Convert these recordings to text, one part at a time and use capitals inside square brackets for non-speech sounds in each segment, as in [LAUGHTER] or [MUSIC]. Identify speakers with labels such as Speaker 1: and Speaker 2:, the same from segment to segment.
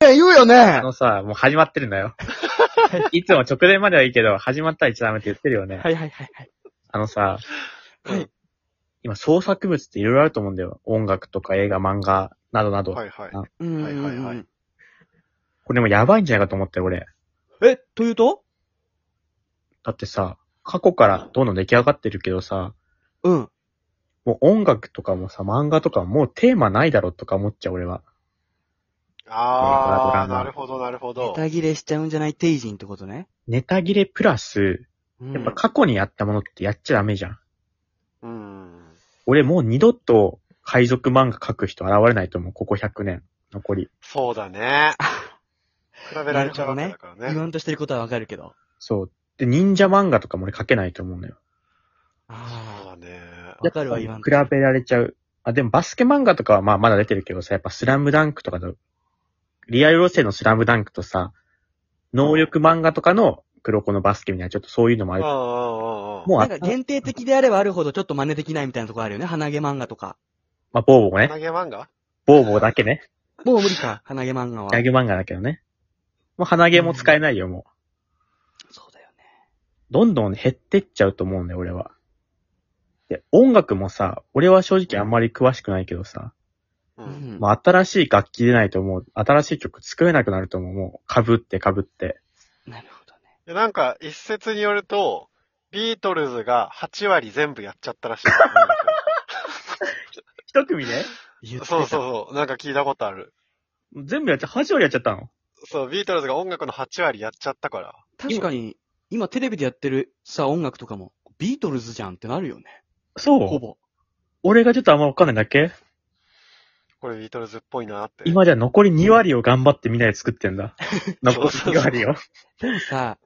Speaker 1: ね言うよ
Speaker 2: あ
Speaker 1: ね
Speaker 2: のさ、もう始まってるんだよ。いつも直前まではいいけど、始まったら一ダメって言ってるよね。
Speaker 3: はいはいはいはい。
Speaker 2: あのさ、
Speaker 3: はい
Speaker 2: 今創作物っていろいろあると思うんだよ。音楽とか映画、漫画、などなど。
Speaker 4: はいはい。
Speaker 3: うん
Speaker 4: はいはいはい。
Speaker 2: これもやばいんじゃないかと思ってる俺。
Speaker 3: え、というと
Speaker 2: だってさ、過去からどんどん出来上がってるけどさ、
Speaker 3: うん。
Speaker 2: もう音楽とかもさ、漫画とかももうテーマないだろとか思っちゃう俺は。
Speaker 4: あー、なるほど、なるほど。
Speaker 3: ネタ切れしちゃうんじゃないテイジンってことね。
Speaker 2: ネタ切れプラス、
Speaker 3: うん
Speaker 2: やっぱ過去にやったものってやっちゃダメじゃん。
Speaker 4: うん。
Speaker 2: 俺もう二度と海賊漫画描く人現れないと思う。ここ100年。残り。
Speaker 4: そうだね。比べられちゃうわけだからね。
Speaker 3: 言わんとしてることはわかるけど。
Speaker 2: そう。で、忍者漫画とかも俺描けないと思うんだよ。
Speaker 4: そう
Speaker 3: あ
Speaker 4: だね。
Speaker 3: わかるわ言わんと
Speaker 2: 比べられちゃう。あ、でもバスケ漫画とかはまあまだ出てるけどさ、やっぱスラムダンクとかの、リアル路線のスラムダンクとさ、能力漫画とかの黒子のバスケみたいな、ちょっとそういうのもあ
Speaker 4: う
Speaker 2: る
Speaker 4: んう。んうんうん。
Speaker 2: もう
Speaker 3: あ。な
Speaker 2: あ
Speaker 3: ん、か限定的であればあるほどちょっと真似できないみたいなとこあるよね。鼻毛漫画とか。
Speaker 2: まあ、ボーボーね。
Speaker 4: 投げ漫画
Speaker 2: ボーボーだけね。
Speaker 3: もう無理か。鼻毛漫画は。
Speaker 2: ギャグ漫画だけどね。もう鼻毛も使えないよ、も
Speaker 3: そうだよね。
Speaker 2: う。どんどん減ってっちゃうと思うんだよ、俺は。で、音楽もさ、俺は正直あんまり詳しくないけどさ、
Speaker 4: う。
Speaker 3: うんん。
Speaker 2: もう新しい楽器でないともう、新しい曲作れなくなると思う、もう、被って被って。
Speaker 3: なるほどね。
Speaker 4: でなんか、一説によると、ビートルズが8割全部やっちゃったらしい。
Speaker 2: 一組ね
Speaker 3: 言 [LAUGHS] ってた
Speaker 4: そうそうそう。なんか聞いたことある。
Speaker 2: 全部やっちゃ、8割やっちゃったの
Speaker 4: そう、ビートルズが音楽の8割やっちゃったから。
Speaker 3: 確かに、今テレビでやってるさ、音楽とかも、ビートルズじゃんってなるよね。
Speaker 2: そ
Speaker 3: ほ
Speaker 2: う
Speaker 3: ぼ。
Speaker 2: 俺がちょっとあんまわかんないだけ
Speaker 4: これビートルズっぽいなって。
Speaker 2: 今じゃ残り2割を頑張ってみんなで作ってんだ。残り2割を。
Speaker 3: でもさ、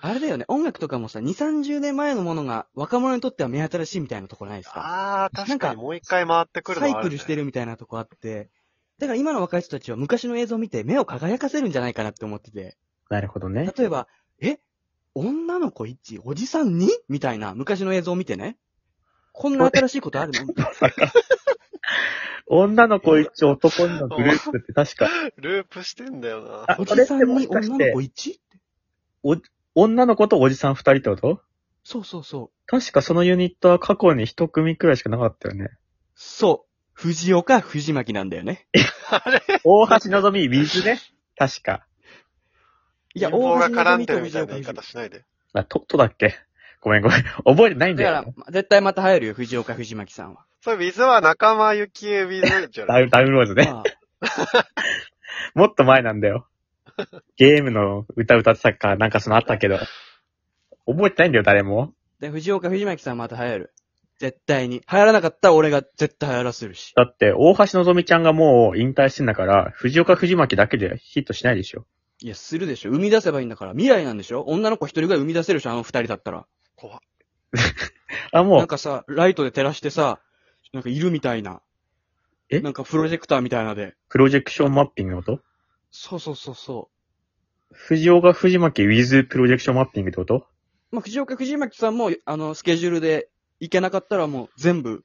Speaker 3: あれだよね、音楽とかもさ、2、30年前のものが若者にとっては目新しいみたいなとこないですか
Speaker 4: あー、確かにもう一回回ってくるの
Speaker 3: サ
Speaker 4: はあ
Speaker 3: イ
Speaker 4: る、
Speaker 3: ク
Speaker 4: ね。
Speaker 3: ルしてるみたいなとこあって、だから今の若い人たちは昔の映像を見て目を輝かせるんじゃないかなって思ってて、
Speaker 2: なるほどね。
Speaker 3: 例えば、え女の子1、おじさん 2? みたいな昔の映像を見てね、こんな新しいことあるの
Speaker 4: [LAUGHS]
Speaker 3: みたいな
Speaker 2: 女の子一男のグループって確か、
Speaker 4: ループしてんだよな。
Speaker 2: あ
Speaker 3: おじさん2、
Speaker 2: それってもしかして
Speaker 3: 女の子 1?
Speaker 2: 女の子とおじさん2人ってこと
Speaker 3: そうそうそう。
Speaker 2: 確かそのユニットは過去に1組くらいしかなかったよね。
Speaker 3: そう。藤岡藤巻なんだよね。
Speaker 2: 大橋のぞみ、水ね。確か。
Speaker 3: いや、
Speaker 4: 陰謀が
Speaker 3: 大橋の
Speaker 4: 絡
Speaker 3: ぞ
Speaker 4: ん
Speaker 3: み
Speaker 4: で
Speaker 3: と
Speaker 4: るみ
Speaker 3: 藤
Speaker 4: たいな
Speaker 3: 岡
Speaker 4: 言い
Speaker 3: 藤
Speaker 4: 方
Speaker 3: 巻。
Speaker 4: しないで。
Speaker 2: あ、と、とだっけごめんごめん。 [LAUGHS] 覚えてないん
Speaker 3: だ
Speaker 2: だ
Speaker 3: から
Speaker 2: よ、ね。、
Speaker 3: ま絶対また流行るよ、藤岡藤巻さんは。
Speaker 4: それ、ウィズは仲間由紀恵ウィズじゃ
Speaker 2: ダ
Speaker 4: ない。
Speaker 2: ウン、ダウンロードね。
Speaker 3: まあ
Speaker 2: もっと前なんだ [LAUGHS] よ。ゲームの歌歌ってたか、なんかそのあったけど。覚えてないんだよ、誰も。
Speaker 3: で、藤岡藤巻さんまた流行る。絶対に。流行らなかったら俺が絶対流行らせるし。
Speaker 2: だって、大橋のぞみちゃんがもう引退してんだから、藤岡藤巻だけでヒットしないでしょ。
Speaker 3: いや、するでしょ。生み出せばいいんだから。未来なんでしょ女の子一人ぐらい生み出せるでしょ、あの二人だったら。
Speaker 4: 怖っ
Speaker 2: あ、も
Speaker 3: なん
Speaker 2: う、
Speaker 3: かさ、ライトで照らしてさ、なんかいるみたいな。
Speaker 2: え
Speaker 3: なんかプロジェクターみたいなで。
Speaker 2: プロジェクションマッピングのこと
Speaker 3: そうそうそうそ
Speaker 2: 藤岡藤巻 with プロジェクションマッピングってこと
Speaker 3: う。まあ、藤岡藤巻さんも、あの、スケジュールで行けなかったらもう全部、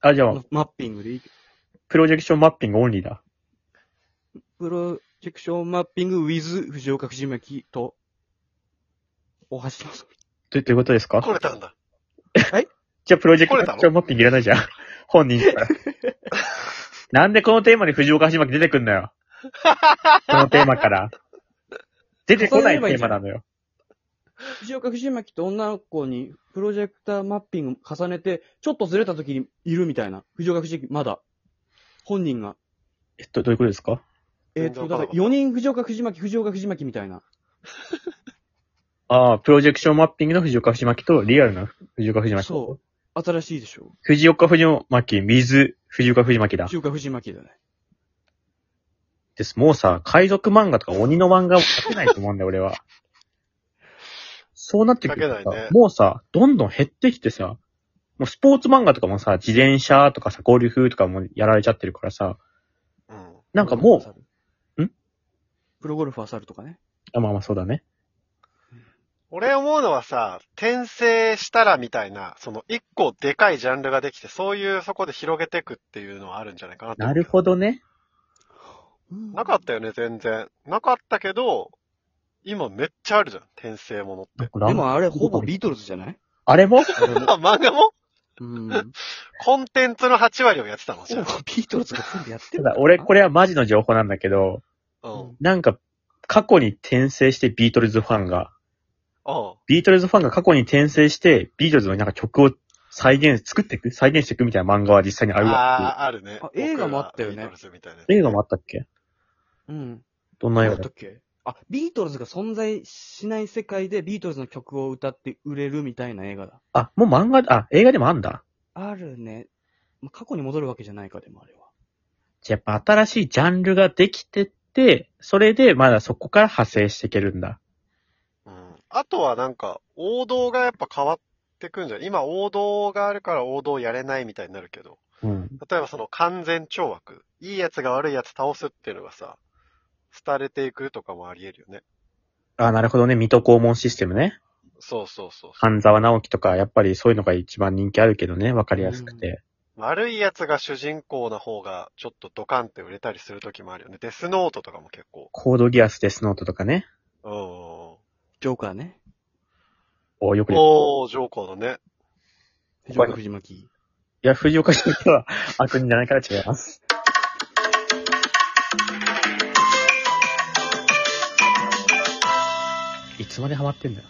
Speaker 2: あ、じゃあ、
Speaker 3: マッピングでいい。
Speaker 2: プロジェクションマッピングオンリーだ。
Speaker 3: プロジェクションマッピング with 藤岡藤巻と、大橋 [LAUGHS] のぞ
Speaker 2: どどういうことです
Speaker 4: 来
Speaker 2: か
Speaker 4: れたんだ。
Speaker 2: じゃあ、プロジェクションマッピングいらないじゃん。本人から。なんでこのテーマに藤岡藤巻出てくんのよ。このテーマから。出てこないテーマなのよ。
Speaker 3: み藤岡藤巻と女の子にプロジェクターマッピング重ねて、ちょっとずれた時にいるみたいな。藤岡藤巻、まだ。本人が。
Speaker 2: えっと、どういうことですか
Speaker 3: えっ、
Speaker 4: 全然
Speaker 3: と、
Speaker 4: わ
Speaker 3: だ
Speaker 4: かん
Speaker 3: から
Speaker 4: なかった
Speaker 3: 4人藤岡藤巻、藤岡藤巻みたいな。
Speaker 2: ああ、プロジェクションマッピングの藤岡藤巻とリアルな藤岡藤巻。
Speaker 3: そう。新しいでしょ。
Speaker 2: 藤岡藤巻、水、藤岡藤巻だ。
Speaker 3: 藤岡藤巻だね。
Speaker 2: です。もうさ、海賊漫画とか鬼の漫画を描けないと
Speaker 3: [LAUGHS]
Speaker 2: 思うんだよ、俺は。そうなってくると
Speaker 4: 描け
Speaker 2: さ、
Speaker 4: ないね
Speaker 2: もうさ、どんどん減ってきてさ、もうスポーツ漫画とかもさ、自転車とかさ、ゴルフとかもやられちゃってるからさ、
Speaker 4: うん。
Speaker 2: なんかもう、
Speaker 3: う。
Speaker 2: ん
Speaker 3: プロゴルファー猿とかね。
Speaker 2: あ、まあまあそうだね。
Speaker 4: 俺思うのはさ、転生したらみたいな、その一個でかいジャンルができて、そういうそこで広げていくっていうのはあるんじゃないかなと思う。
Speaker 2: なるほどね。
Speaker 3: うん
Speaker 4: なかったよね、全然。なかったけど、今めっちゃあるじゃん、転生ものって。
Speaker 2: で
Speaker 3: でもあれ、ほぼビートルズじゃない
Speaker 2: あれも [LAUGHS]
Speaker 3: あれも。
Speaker 4: あ [LAUGHS] 漫画も
Speaker 3: うん。ほぼ
Speaker 4: コンテンツの8割をやってたのじゃん。
Speaker 3: ビートルズが全部やって
Speaker 2: た
Speaker 3: る。
Speaker 2: だ、俺、これはマジの情報なんだけど、
Speaker 4: うん。うん。
Speaker 2: なんか、過去に転生してビートルズファンが、ビートルズファンが過去に転生して、ビートルズのなんか曲を再現、作っていく再現していくみたいな漫画は実際にあ
Speaker 4: あ
Speaker 2: るわ。
Speaker 4: あ、あるね
Speaker 3: あ。映画もあったよね
Speaker 4: 僕らビートルズみたいなやつ
Speaker 2: 映画もあったっけ
Speaker 3: うん。
Speaker 2: どんな映
Speaker 3: や
Speaker 2: 画
Speaker 3: った
Speaker 2: だ
Speaker 3: っけあ、ビートルズが存在しない世界でビートルズの曲を歌って売れるみたいな映画だ。
Speaker 2: あ、もう漫画、あ、映画でもあんだ。
Speaker 3: あるね。まあ過去に戻るわけじゃないか、でもあれは。
Speaker 2: じゃあやっぱ新しいジャンルができてって、それでまだそこから派生していけるんだ。
Speaker 4: うん。あとはなんか、王道がやっぱ変わってくんじゃん。今王道があるから王道やれないみたいになるけど。
Speaker 2: うん。
Speaker 4: 例えばその完全懲悪。いいやつが悪いやつ倒すっていうのがさ、廃れていくとかもあり得るよね。
Speaker 2: あ、なるほどね。水戸黄門システムね。
Speaker 4: そうそうそう。
Speaker 2: 半沢直樹とか、やっぱりそういうのが一番人気あるけどね。わかりやすくて。
Speaker 4: 悪いやつが主人公な方が、ちょっとドカンって売れたりする時もあるよね。デスノートとかも結構。
Speaker 2: コードギアスデスノートとかね。
Speaker 4: うんうんうん。
Speaker 3: ジョーカーね。
Speaker 2: およくい
Speaker 4: おー、ジョーカーのね。
Speaker 3: ジョーカー藤巻。
Speaker 2: や、藤岡市では [LAUGHS] 悪人じゃないから違います。いつまでハマってんだよ。